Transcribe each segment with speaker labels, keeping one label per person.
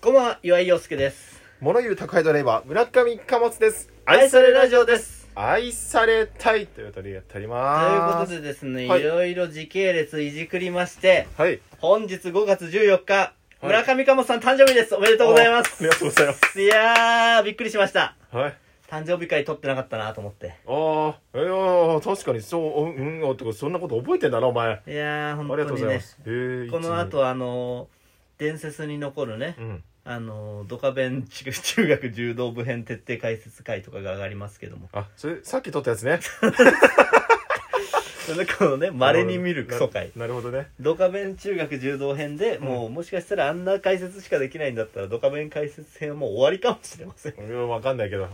Speaker 1: こんばんは、岩井陽介です。
Speaker 2: 物言う宅配ドライバー、村上貨物です。
Speaker 1: 愛されラジ
Speaker 2: オ
Speaker 1: オです。
Speaker 2: 愛されたいということでやっており
Speaker 1: というこ
Speaker 2: ま
Speaker 1: と
Speaker 2: す。
Speaker 1: でですね、
Speaker 2: はい
Speaker 1: いろいろ時系列いじくりまして、
Speaker 2: はい。あり
Speaker 1: 本日5月14日、村上かもさん誕生日です。おめでとうございま
Speaker 2: あ
Speaker 1: す。。
Speaker 2: りがとうございます
Speaker 1: いやー、びっくりしました。
Speaker 2: はい。
Speaker 1: 誕生日会撮ってなかったなと思って。
Speaker 2: ああ、いやー確かにそう、うん、うん、てか、そんなこと覚えてんだな、お前。あ
Speaker 1: いやー、
Speaker 2: り
Speaker 1: 本
Speaker 2: がとう
Speaker 1: 当
Speaker 2: ご
Speaker 1: に
Speaker 2: ざいま
Speaker 1: ね、
Speaker 2: す。えー
Speaker 1: この後、あのー、伝説に残るね
Speaker 2: 一、二うん。
Speaker 1: あのー、ドカベン中中学柔道部編徹底解説会とかが上がりますけども、
Speaker 2: あ、それ、さっき撮ったやつね。
Speaker 1: それこのね、稀に見るクソ会。
Speaker 2: な。なるほどね。
Speaker 1: ドカベン中学柔道編で、もうもしかしたらあんな解説しかできないんだったらドカベン解説編はもう終わりかもしれま せん
Speaker 2: うんわかんないけど。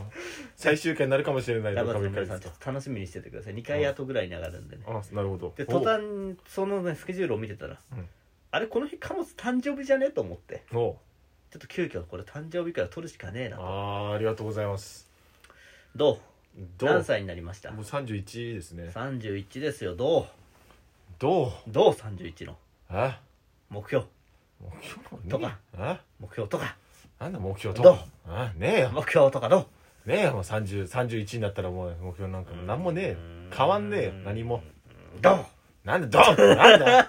Speaker 2: 最終回になるかもしれない。
Speaker 1: ラバーズの
Speaker 2: 壁
Speaker 1: 皆
Speaker 2: 解
Speaker 1: さんちょ
Speaker 2: 説
Speaker 1: っと楽しみにしててください2回後ぐらいに上がるんでね
Speaker 2: あ、なるほど。
Speaker 1: で
Speaker 2: お
Speaker 1: 途端そのねスケジュールを見てたら、
Speaker 2: うん
Speaker 1: あれこの日貨物誕生日じゃねと思って
Speaker 2: お
Speaker 1: ちょっと急遽これ誕生日から取るしかねえな
Speaker 2: あーありがとうございます。
Speaker 1: どう
Speaker 2: どう
Speaker 1: 何歳になりました
Speaker 2: もう31ですね。
Speaker 1: 31ですよどう
Speaker 2: どう
Speaker 1: どう31の
Speaker 2: え
Speaker 1: 目標
Speaker 2: 目標ね
Speaker 1: とか
Speaker 2: え
Speaker 1: 目標とか
Speaker 2: なんだ目標と
Speaker 1: どう
Speaker 2: かあねえよ
Speaker 1: 目標とかどう
Speaker 2: ねえよもう30 31になったらもう目標なんか何もねえよ変わんねえよ何も
Speaker 1: どう
Speaker 2: なんでドンなんだ よ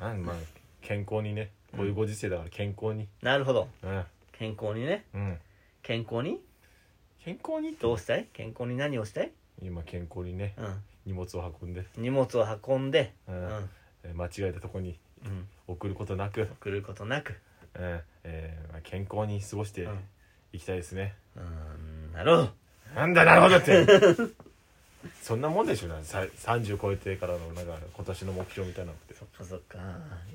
Speaker 2: なんまあ健康にねこういうご時世だから健康に
Speaker 1: なるほど
Speaker 2: うん
Speaker 1: 健康にね
Speaker 2: うん
Speaker 1: 健康に
Speaker 2: 健康に
Speaker 1: どうしたい健康に何をしたい、
Speaker 2: 今健康にね
Speaker 1: うん、
Speaker 2: 荷物を運んで、
Speaker 1: 荷物を運んで、
Speaker 2: う
Speaker 1: うんん
Speaker 2: えー間違えたとこに
Speaker 1: うん、
Speaker 2: 送ることなく、
Speaker 1: 送ることなく
Speaker 2: うんえーまあ、健康に過ごして
Speaker 1: うん
Speaker 2: いきたいですね、
Speaker 1: うーんなろう
Speaker 2: なんだなるほどってそんなもんでしょなんさ30超えてからのなんか今年の目標みたいなのって
Speaker 1: そっかそっか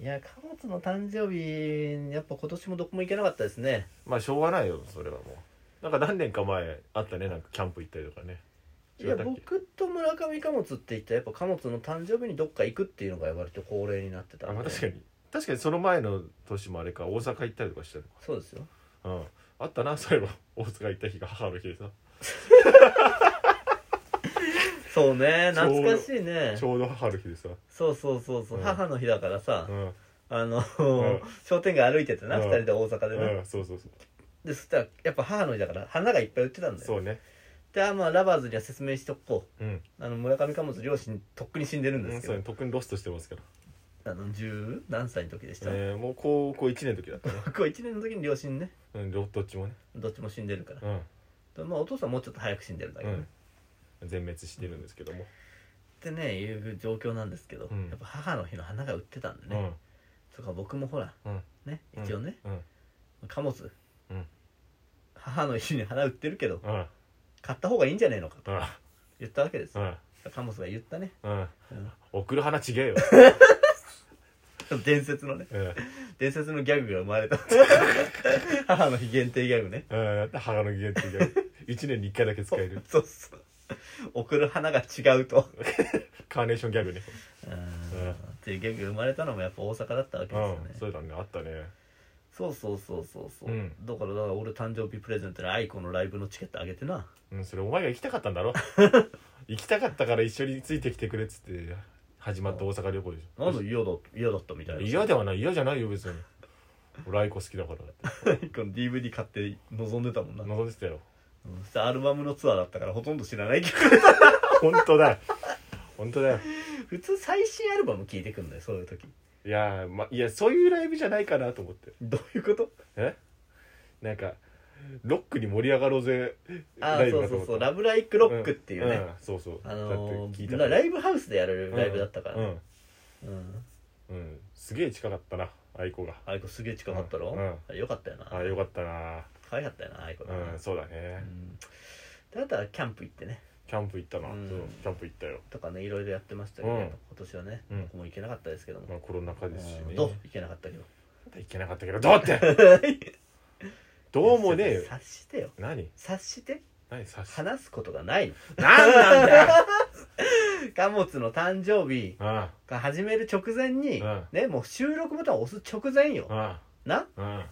Speaker 1: いや貨物の誕生日やっぱ今年もどこも行けなかったですね
Speaker 2: まあしょうがないよそれはもうなんか何年か前あったねなんかキャンプ行ったりとかね
Speaker 1: いや
Speaker 2: 違ったっけ
Speaker 1: 僕と村上貨物って言ったらやっぱ貨物の誕生日にどっか行くっていうのが割と恒例になってたん
Speaker 2: あ
Speaker 1: で
Speaker 2: まあ確かに確かにその前の年もあれか大阪行ったりとかしたの
Speaker 1: そうですよ
Speaker 2: うんあったなそういえば大阪行った日が母の日でさ
Speaker 1: そうね
Speaker 2: ちょう
Speaker 1: 懐かしいね
Speaker 2: ちょうど母の日でさ
Speaker 1: そうそうそうそう、
Speaker 2: うん
Speaker 1: 母の日だからさ、
Speaker 2: うん、
Speaker 1: あの、
Speaker 2: ん
Speaker 1: 商店街歩いててな、
Speaker 2: うん
Speaker 1: 二人で大阪でね、
Speaker 2: うん、そうそうそう
Speaker 1: でそしたらやっぱ母の日だから花がいっぱい売ってたんだよ
Speaker 2: そうね
Speaker 1: であまあラバーズには説明しとこ
Speaker 2: うん、
Speaker 1: うあの村上貨物両親とっくに死んでるん
Speaker 2: う
Speaker 1: で
Speaker 2: ん、
Speaker 1: すけど
Speaker 2: そう、ね特にロストしてますから、
Speaker 1: あの十何歳の時でした、
Speaker 2: えー、もう高校1年の時だったね、
Speaker 1: 僕は1年の時に両親ね
Speaker 2: うん、どどっちもね
Speaker 1: どっちも死んでるから、
Speaker 2: うん
Speaker 1: でまあ、お父さんもうちょっと早く死んでるんだけどね、
Speaker 2: うん、全滅してるんですけども、
Speaker 1: ってねいう状況なんですけど、
Speaker 2: うん
Speaker 1: やっぱ母の日の花が売ってたんでね、そっか僕もほら
Speaker 2: うん
Speaker 1: ね一応ね、
Speaker 2: うん
Speaker 1: 貨物、
Speaker 2: うん
Speaker 1: 母の日に花売ってるけど
Speaker 2: うん
Speaker 1: 買った方がいいんじゃねえのかと
Speaker 2: うん
Speaker 1: 言ったわけです
Speaker 2: う
Speaker 1: よ、
Speaker 2: ん
Speaker 1: 貨物が言ったね
Speaker 2: う
Speaker 1: う
Speaker 2: ん
Speaker 1: ん
Speaker 2: 送る花 ちげえよ、
Speaker 1: 伝説のね
Speaker 2: うん
Speaker 1: 伝説のギャグが生ま れた母の日限定ギャグね
Speaker 2: うん、母の限定で1年に1回だけ使え る
Speaker 1: そうそう送る花が違うと
Speaker 2: カーネーションギャグね
Speaker 1: うんっていうギャグが生まれたのもやっぱ大阪だったわけです
Speaker 2: う
Speaker 1: よ
Speaker 2: ん
Speaker 1: ね、
Speaker 2: そうだねあったね
Speaker 1: そうそうそうそうそう、
Speaker 2: うん
Speaker 1: だからだから俺誕生日プレゼントにアイコのライブのチケットあげてな
Speaker 2: うんそれお前が行きたかったん だろ行きたかったから一緒についてきてくれっつって始まった大阪旅行でし
Speaker 1: な
Speaker 2: ょ
Speaker 1: んで嫌だ嫌だったみたいな
Speaker 2: 嫌ではない嫌じゃないよ別に俺アイコ好きだからって
Speaker 1: アイコの DVD 買って望んでたもんな、
Speaker 2: 望ん でたよ
Speaker 1: うんそしたらアルバムのツアーだったからほとんど知らないけ ど
Speaker 2: 本当だ本当だよ
Speaker 1: 普通最新アルバム聴いてくんだよそういう時
Speaker 2: いやー、ま、いやそういうライブじゃないかなと思って
Speaker 1: どういうこと
Speaker 2: えなんかロックに盛り上がろうぜ
Speaker 1: ああ
Speaker 2: ライ
Speaker 1: そ
Speaker 2: ブ
Speaker 1: う
Speaker 2: だと
Speaker 1: そ
Speaker 2: 思
Speaker 1: うそう
Speaker 2: った
Speaker 1: 「ラブライクロック」っていうね、
Speaker 2: んんそうそう
Speaker 1: あの
Speaker 2: だって聞い
Speaker 1: ー
Speaker 2: たから
Speaker 1: ライブハウスでやられるライブだったから、
Speaker 2: う
Speaker 1: ね
Speaker 2: ん
Speaker 1: うん
Speaker 2: うんすげえ近かったな愛子が
Speaker 1: アイコすげえ近かったろ、
Speaker 2: うんうん
Speaker 1: あれよかったよな
Speaker 2: ああよかったな
Speaker 1: 可愛かったよなアイコ
Speaker 2: うんそうだ
Speaker 1: う
Speaker 2: ね
Speaker 1: んであとはキャンプ行ってね
Speaker 2: キャンプ行ったな
Speaker 1: う
Speaker 2: そ
Speaker 1: ん
Speaker 2: うキャンプ行ったよ
Speaker 1: とかねいろいろやってましたけど、
Speaker 2: うん
Speaker 1: やっぱ今年はね、
Speaker 2: うん
Speaker 1: 僕も行けなかったですけども、
Speaker 2: まあコロナ禍ですし
Speaker 1: うん
Speaker 2: ね
Speaker 1: どう行けなかったけど
Speaker 2: 行けなかったけどどうって どうもねえよ
Speaker 1: 察してよ
Speaker 2: 何
Speaker 1: 察して
Speaker 2: 何さし
Speaker 1: 話すことがない の
Speaker 2: 何なんだ よ
Speaker 1: 貨物の誕生日
Speaker 2: あ
Speaker 1: が始める直前に、
Speaker 2: うん
Speaker 1: ねもう収録ボタンを押す直前よ、
Speaker 2: あ
Speaker 1: な
Speaker 2: ああ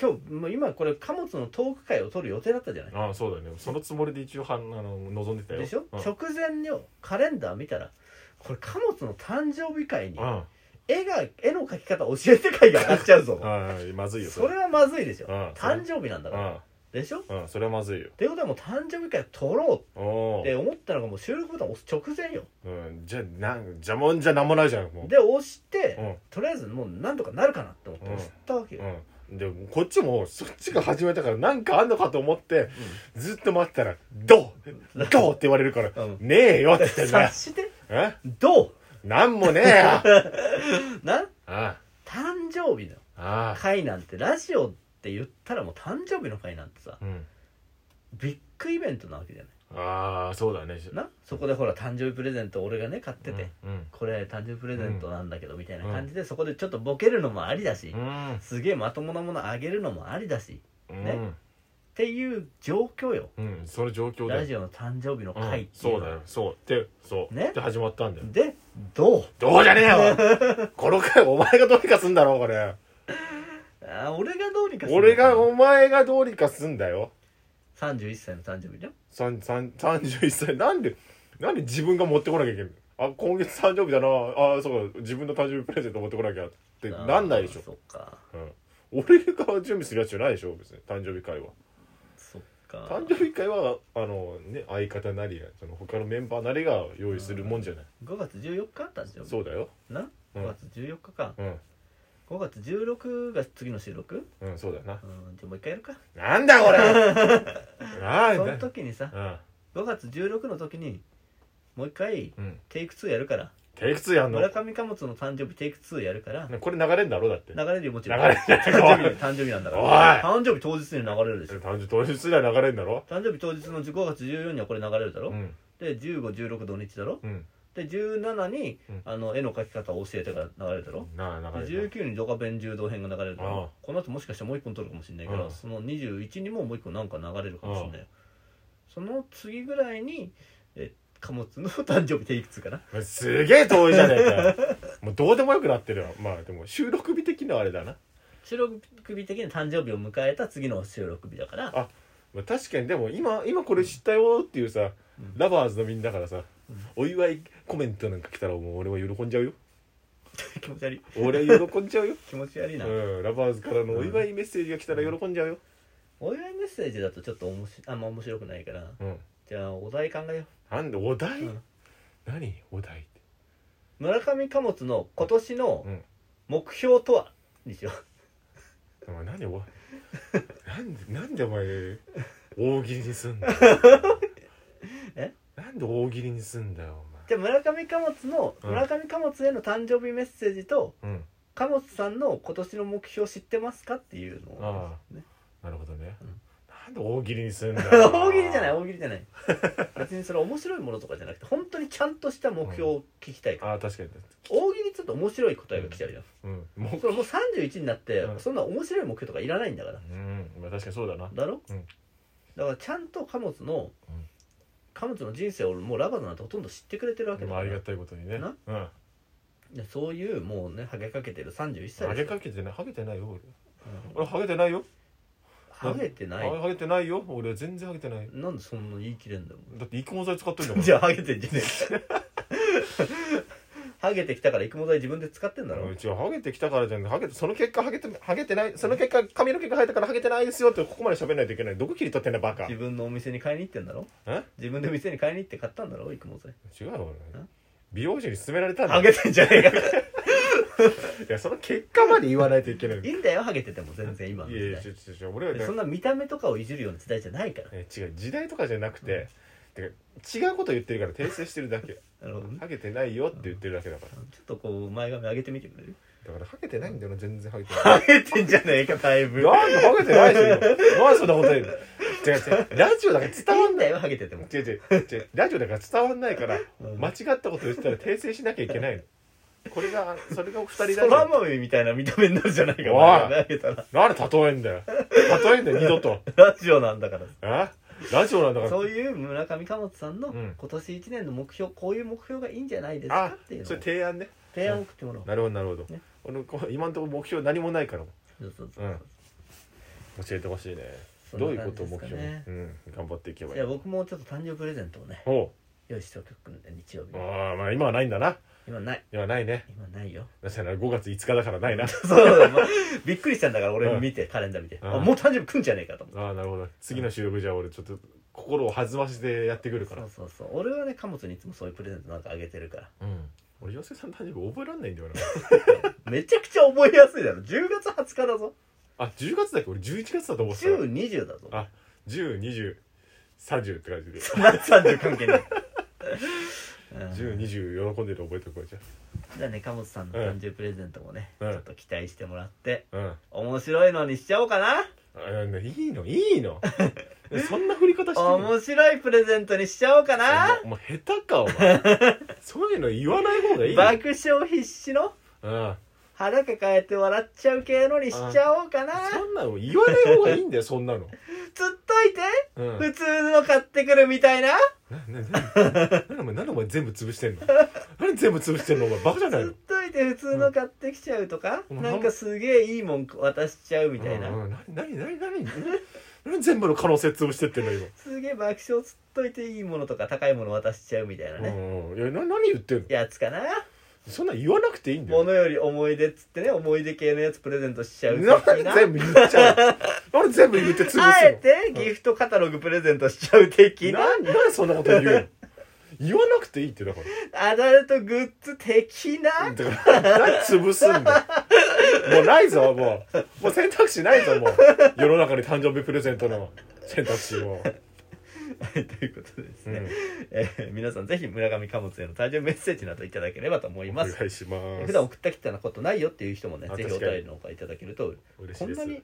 Speaker 1: 今日もう今これ貨物のトーク会を撮る予定だったじゃない、
Speaker 2: ああそうだねそのつもりで一応はんあの望んでたよ
Speaker 1: でしょ、
Speaker 2: うん
Speaker 1: 直前によカレンダー見たらこれ貨物の誕生日会に
Speaker 2: うん
Speaker 1: 絵が絵の描き方教えて会が上がっちゃうぞ
Speaker 2: うんまずいよ
Speaker 1: それはまずいでしょ、
Speaker 2: うん
Speaker 1: 誕生日なんだ
Speaker 2: う
Speaker 1: から、
Speaker 2: ん
Speaker 1: でしょっ
Speaker 2: うんそれはまずいよ
Speaker 1: てことはもう誕生日会撮ろう
Speaker 2: お
Speaker 1: って
Speaker 2: ー
Speaker 1: 思ったのがもう収録ボタン押す直前よ
Speaker 2: うんじゃあなん邪魔じゃなんもないじゃんもう
Speaker 1: で押して、
Speaker 2: うん
Speaker 1: とりあえずもうなんとかなるかなって思って
Speaker 2: うん
Speaker 1: 押したわけよ、
Speaker 2: うんでこっちもそっちが始めたからなんかあんのかと思ってずっと待ってたら「どうどう?」って言われるから
Speaker 1: うん
Speaker 2: 「ねえよ」って言ってんだよ
Speaker 1: 察して
Speaker 2: え
Speaker 1: どう
Speaker 2: なんもねえ よ
Speaker 1: な
Speaker 2: あ
Speaker 1: 誕生日の
Speaker 2: あああ
Speaker 1: 会なんてラジオって言ったらもう誕生日の会なんてさ
Speaker 2: うん
Speaker 1: ビッグイベントなわけじゃない
Speaker 2: ああそうだね
Speaker 1: なそこでほら誕生日プレゼント俺がね買ってて、
Speaker 2: うん
Speaker 1: これ誕生日プレゼントなんだけどみたいな感じで、そこでちょっとボケるのもありだし、
Speaker 2: うん
Speaker 1: すげえまともなものあげるのもありだし
Speaker 2: うん
Speaker 1: ねっていう状況よ
Speaker 2: うんそれ状況だ
Speaker 1: ラ
Speaker 2: よ
Speaker 1: ジオの誕生日の
Speaker 2: うん
Speaker 1: 会ってい
Speaker 2: そうう
Speaker 1: の
Speaker 2: だ
Speaker 1: は
Speaker 2: よそうでそう
Speaker 1: ね
Speaker 2: で始まったんだよ
Speaker 1: でどう
Speaker 2: どうじゃね えよこの回お前がどうにかすんだろこれ
Speaker 1: あー俺がどうにかする
Speaker 2: 俺がお前がどうにかすんだよ
Speaker 1: 31歳の誕生日だよ
Speaker 2: さんさん31歳なんでなんで自分が持ってこなきゃいけないあ今月誕生日だなあそうか自分の誕生日プレゼント持ってこなきゃってなんないでし
Speaker 1: あ
Speaker 2: ょ
Speaker 1: ー、そっか
Speaker 2: うん、俺が準備するやつじゃないでしょ別に誕生日会は
Speaker 1: そっか
Speaker 2: 誕生日会はあのね相方なりやその他のメンバーなりが用意するもんじゃない、
Speaker 1: 5月14日誕生日
Speaker 2: そうだよ
Speaker 1: な
Speaker 2: うん
Speaker 1: 5月14日か、
Speaker 2: うん
Speaker 1: 5月16が次の収録
Speaker 2: うんそうだよな
Speaker 1: うんじゃあもう一回やるか
Speaker 2: なんだ これなん
Speaker 1: その
Speaker 2: だ
Speaker 1: 時にさ
Speaker 2: うん
Speaker 1: 5月16の時にもう一回
Speaker 2: うん
Speaker 1: テイク2やるから
Speaker 2: テイク2やんの
Speaker 1: 村上貨物の誕生日テイク2やるから
Speaker 2: これ流れんだろだって
Speaker 1: 流れるよもちろん
Speaker 2: 流れる
Speaker 1: 誕生日誕生日なんだから
Speaker 2: お
Speaker 1: 誕生日当日に流れるでしょ
Speaker 2: 誕生日当日だよ流れんだろ
Speaker 1: 誕生日当日の5月14にはこれ流れるだろ、
Speaker 2: うん
Speaker 1: で1516土日だろ
Speaker 2: うん
Speaker 1: で17に、
Speaker 2: うん
Speaker 1: あの絵の描き方を教えてから流れるだろ
Speaker 2: なあ
Speaker 1: で
Speaker 2: 流れん
Speaker 1: 19にドカベン柔道編が流れるだ
Speaker 2: ああ
Speaker 1: ろこの後もしかしたらもう一本撮るかもしれないから、
Speaker 2: うん
Speaker 1: その21にももう一個なんか流れるかもしれないよその次ぐらいにえ貨物の誕生日テイク2かな
Speaker 2: だすげえ遠いじゃねえかよ もうどうでもよくなってるよまあでも収録日的なあれだな、
Speaker 1: 収録日的に誕生日を迎えた次の収録日だから
Speaker 2: まあ、確かにでも今今これ知ったよっていうさ、
Speaker 1: うん
Speaker 2: ラバーズのみんなからさ、
Speaker 1: うん
Speaker 2: お祝いコメントなんか来たらもう俺は喜んじ ゃうよ
Speaker 1: 気持ち悪い
Speaker 2: 俺は喜んじゃうよ、
Speaker 1: 気持ち悪いな、
Speaker 2: うん、ラバーズからのお祝いメッセージが来たら喜んじゃうよ、
Speaker 1: お祝いメッセージだとちょっとおもしあんま面白くないから
Speaker 2: うん、
Speaker 1: じゃあお題考えよ
Speaker 2: なんでお題、
Speaker 1: うん
Speaker 2: 何お題って
Speaker 1: う村上貨物の今年の
Speaker 2: うん
Speaker 1: 目標とは、にしよ
Speaker 2: お前何おなんでなんでお前大喜利にすんだよ
Speaker 1: え
Speaker 2: なんで大喜利にすんだよ
Speaker 1: うじゃあ村上貨物の、
Speaker 2: うん
Speaker 1: 村上貨物への誕生日メッセージと
Speaker 2: お前うん
Speaker 1: 貨物さんの今年の目標知ってますかっていうのを
Speaker 2: あ
Speaker 1: ね
Speaker 2: あなるほどね、
Speaker 1: うん
Speaker 2: なんで大喜利にすんだ よ
Speaker 1: 大喜利じゃない大喜利じゃない別にそれ面白いものとかじゃなくて本当にちゃんとした目標を聞きたいから、
Speaker 2: ああ確かに
Speaker 1: 大喜利ちょっと面白い答えが来ちゃうじゃん、
Speaker 2: うんも う
Speaker 1: それもう31になって、
Speaker 2: うん
Speaker 1: そんな面白い目標とかいらないんだから
Speaker 2: うん、まあ、確かにそうだな
Speaker 1: だろ、
Speaker 2: うん
Speaker 1: だからちゃんと貨物の、
Speaker 2: うん
Speaker 1: 貨物の人生を俺もうラバーなんてほとんど知ってくれてるわけ
Speaker 2: で
Speaker 1: だ
Speaker 2: も
Speaker 1: か
Speaker 2: あり
Speaker 1: ら
Speaker 2: がたいことにね
Speaker 1: な
Speaker 2: うん
Speaker 1: でそういうもうねハゲかけてる31歳
Speaker 2: ハ
Speaker 1: です
Speaker 2: ゲ
Speaker 1: よ
Speaker 2: かけてないハゲてないよ
Speaker 1: う
Speaker 2: 俺
Speaker 1: ん
Speaker 2: 俺ハゲてないよ
Speaker 1: ハゲてない
Speaker 2: ハゲてないよ俺全然ハゲてない
Speaker 1: なんでそんな言い切れんだよ
Speaker 2: だって育毛剤使ってんだもん
Speaker 1: じゃあハゲてんじゃねえか ハゲてきたから育毛剤自分で使ってんだろ、
Speaker 2: うちはハゲてきたからじゃなくてハゲてその結果ハゲてハゲてないその結果髪の毛が生えたからハゲてないですよってここまで喋らないといけないどこ切り取ってんだバカ違
Speaker 1: 自
Speaker 2: う
Speaker 1: 分のお店に買いに行ってんだろ
Speaker 2: え
Speaker 1: 自分で店に買いに行って買ったんだろ育毛剤
Speaker 2: 俺
Speaker 1: ん
Speaker 2: 美容師に勧められたんだ
Speaker 1: ハゲてんじゃねえか
Speaker 2: いやその結果まで言わないといけないい
Speaker 1: いいんだよハゲてても全然今の
Speaker 2: やい
Speaker 1: 時
Speaker 2: や
Speaker 1: 代
Speaker 2: ちょちょちょ俺はね
Speaker 1: そんな見た目とかをいじるような時代じゃないから
Speaker 2: え違う時代とかじゃなくて,、てか違うこと言ってるから訂正してるだけ
Speaker 1: なるほどね
Speaker 2: ハゲてないよって言ってるだけだから
Speaker 1: ちょっとこう前髪上げてみてくれる
Speaker 2: だからハゲてないんだよな全然ハゲてない
Speaker 1: ハゲてんじゃねえかだいぶ
Speaker 2: なんでハゲてないでしょ 今なんでそんなこと言うの違う違うラジオだから伝わん
Speaker 1: ん
Speaker 2: ない
Speaker 1: だよハゲてて も
Speaker 2: 違う違う違うラジオだから伝わんないから
Speaker 1: うん
Speaker 2: 間違ったこと言ってたら訂正しなきゃいけないのこれがそれがお二人だ
Speaker 1: 空豆みたいな見た目になるじゃないか
Speaker 2: おい
Speaker 1: 前髪上げたら
Speaker 2: なんで例えんだよ例えんだよ二度と
Speaker 1: ラジオなんだから
Speaker 2: えラジオなんだから
Speaker 1: そういう村上貨物さんの
Speaker 2: うん
Speaker 1: 今年1年の目標こういう目標がいいんじゃないですか
Speaker 2: あ
Speaker 1: っていう
Speaker 2: そ
Speaker 1: の
Speaker 2: れ
Speaker 1: を
Speaker 2: 提案ね
Speaker 1: 提案を送ってもらおう
Speaker 2: なるほどなるほど、
Speaker 1: ね
Speaker 2: 俺こ今のところ目標何もないから
Speaker 1: そうそうそう
Speaker 2: うん教えてほしいね
Speaker 1: そん
Speaker 2: どうい
Speaker 1: な
Speaker 2: うこ
Speaker 1: 感
Speaker 2: と
Speaker 1: で
Speaker 2: を目
Speaker 1: す
Speaker 2: 標
Speaker 1: か
Speaker 2: に、
Speaker 1: ね
Speaker 2: うん、頑張っていけばい
Speaker 1: じゃあ
Speaker 2: い
Speaker 1: 僕もちょっと誕生日プレゼントをね
Speaker 2: おう
Speaker 1: 用意しておくんだ日曜日
Speaker 2: ああまあ今はないんだな
Speaker 1: 今ない
Speaker 2: 今はないね
Speaker 1: 今ないよ
Speaker 2: なぜなら5月5日だからな いな
Speaker 1: そう、まあびっくりしたんだから俺
Speaker 2: うん
Speaker 1: 見てカレンダー見て、
Speaker 2: うん
Speaker 1: あもう誕生日来んじゃねえかと思って
Speaker 2: ああなるほど次の収録じゃあ俺ちょっと心を弾ませてやってくるから
Speaker 1: そうそうそう俺はね貨物にいつもそういうプレゼントなんかあげてるから
Speaker 2: うん俺洋介さんの誕生日覚えらんないんだよな
Speaker 1: めちゃくちゃ覚えやすいだろ10月20日だぞ
Speaker 2: あ10月だっけ俺11月だと思ってたな
Speaker 1: 1020だぞ
Speaker 2: あ102030って感じで
Speaker 1: なんで30関係ない、 うん
Speaker 2: 1020喜んでる覚えておこうじゃ
Speaker 1: じゃあね貨物さんの誕生日プレゼントもね、
Speaker 2: うん
Speaker 1: ちょっと期待してもらって
Speaker 2: あうん
Speaker 1: 面白いのにしちゃおうかな
Speaker 2: あねいいのいい のそんな振り方していいの
Speaker 1: 面白いプレゼントにしちゃおうかな
Speaker 2: お前下手かお前 そういうの言わない方がいいよ
Speaker 1: 爆笑必至の
Speaker 2: うん
Speaker 1: 腹抱えて笑っちゃう系のにしちゃおうかな
Speaker 2: そんなの言わない方がいいんだよそんなの
Speaker 1: つっといて
Speaker 2: うん
Speaker 1: 普通の買ってくるみたいな
Speaker 2: ななななななんでお前全部潰してんの何全部潰してんのお前バカじゃないの
Speaker 1: つっといて普通の買ってきちゃうとか、
Speaker 2: うん
Speaker 1: なんかすげえいいもん渡しちゃうみたいな、
Speaker 2: うんうん何何何何何何全部の可能性潰してってんの今
Speaker 1: すげえ爆笑つっといていいものとか高いもの渡しちゃうみたいな
Speaker 2: う
Speaker 1: ね、
Speaker 2: んうんいやな何言ってんの
Speaker 1: やつかな
Speaker 2: そんなん言わなくていいんだよ
Speaker 1: 物より思い出っつってね思い出系のやつプレゼントしちゃう
Speaker 2: なんで
Speaker 1: 的な
Speaker 2: 全部言っちゃうのなんで全部言って潰すの
Speaker 1: あえてギフトカタログプレゼントしちゃう的な
Speaker 2: なんなんでそんなこと言うの言わなくていいってだか
Speaker 1: アダルトグッズ的な
Speaker 2: らだから何潰すんだよもうないぞもうもう選択肢ないぞもう世の中に誕生日プレゼントの選択肢を、
Speaker 1: はい ということでです
Speaker 2: う
Speaker 1: ね、
Speaker 2: ん、
Speaker 1: えー皆さんぜひ村上貨物への誕生日メッセージなどいただければと思い
Speaker 2: お
Speaker 1: ま
Speaker 2: 願
Speaker 1: す
Speaker 2: いします
Speaker 1: 普段送ってきたようなことないよっていう人もね
Speaker 2: あ
Speaker 1: ぜひお
Speaker 2: 確かに
Speaker 1: 便りの方からいただけると
Speaker 2: 嬉し
Speaker 1: こ
Speaker 2: いで
Speaker 1: ん
Speaker 2: す
Speaker 1: なに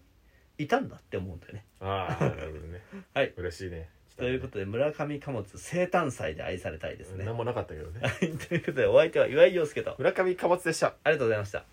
Speaker 1: いたんだって思うんだよね
Speaker 2: ああなるほどね
Speaker 1: はい
Speaker 2: 嬉しいね
Speaker 1: ということで村上貨物生誕祭で愛されたいですね
Speaker 2: 何もなかったけどね
Speaker 1: はいということでお相手は岩井陽介と
Speaker 2: 村上貨物でした
Speaker 1: ありがとうございました